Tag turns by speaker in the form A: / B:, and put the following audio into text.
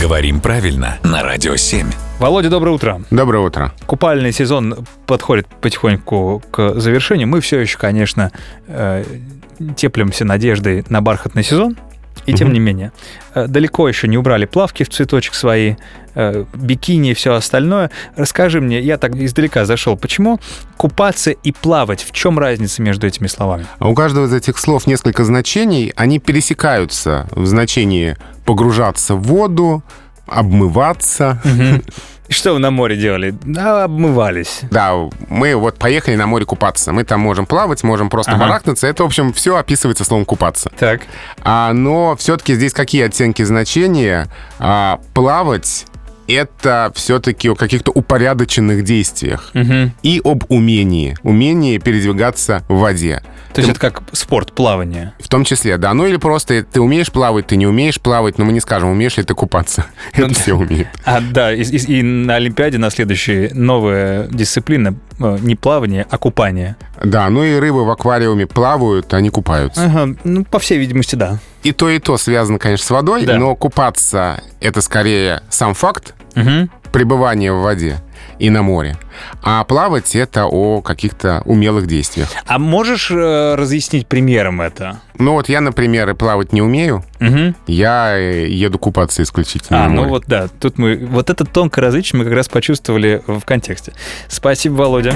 A: Говорим правильно на Радио 7.
B: Володя, доброе утро.
C: Доброе утро.
B: Купальный сезон подходит потихоньку к завершению. Мы все еще, конечно, э, теплимся надеждой на бархатный сезон. И тем
C: Мгм.
B: не менее, э, далеко еще не убрали плавки в цветочек свои, э, бикини и все остальное. Расскажи мне, я так издалека зашел, почему купаться и плавать, в чем разница между этими словами?
C: А У каждого из этих слов несколько значений. Они пересекаются в значении погружаться в воду, обмываться.
B: Что вы на море делали? Да, обмывались.
C: Да, мы вот поехали на море купаться. Мы там можем плавать, можем просто
B: Ага.
C: барахтаться. Это, в общем, все описывается словом купаться.
B: Так.
C: А, но все-таки здесь какие оттенки значения? А, плавать это все-таки о каких-то упорядоченных действиях
B: Мгм.
C: и об умении. Умении передвигаться в воде.
B: То есть это как спорт, плавание.
C: В том числе, да. Ну или просто ты умеешь плавать, ты не умеешь плавать, но мы не скажем, умеешь ли ты купаться. Это все умеют.
B: А, да, и, и- и на Олимпиаде на следующей новая дисциплина э, не плавание, а купание.
C: Да, ну и рыбы в аквариуме плавают, они купаются.
B: Ага, ну, по всей видимости, да.
C: И то, и то связано, конечно, с водой,
B: Да.
C: но купаться — это скорее сам факт пребывания в воде и на море. А плавать — это о каких-то умелых действиях.
B: А можешь э, разъяснить примером это?
C: Ну вот я, например, и плавать не умею,
B: Мгм.
C: я э, еду купаться исключительно
B: А,
C: на
B: ну
C: море.
B: вот да, тут мы... Вот это тонкое различие мы как раз почувствовали в контексте. Спасибо, Володя.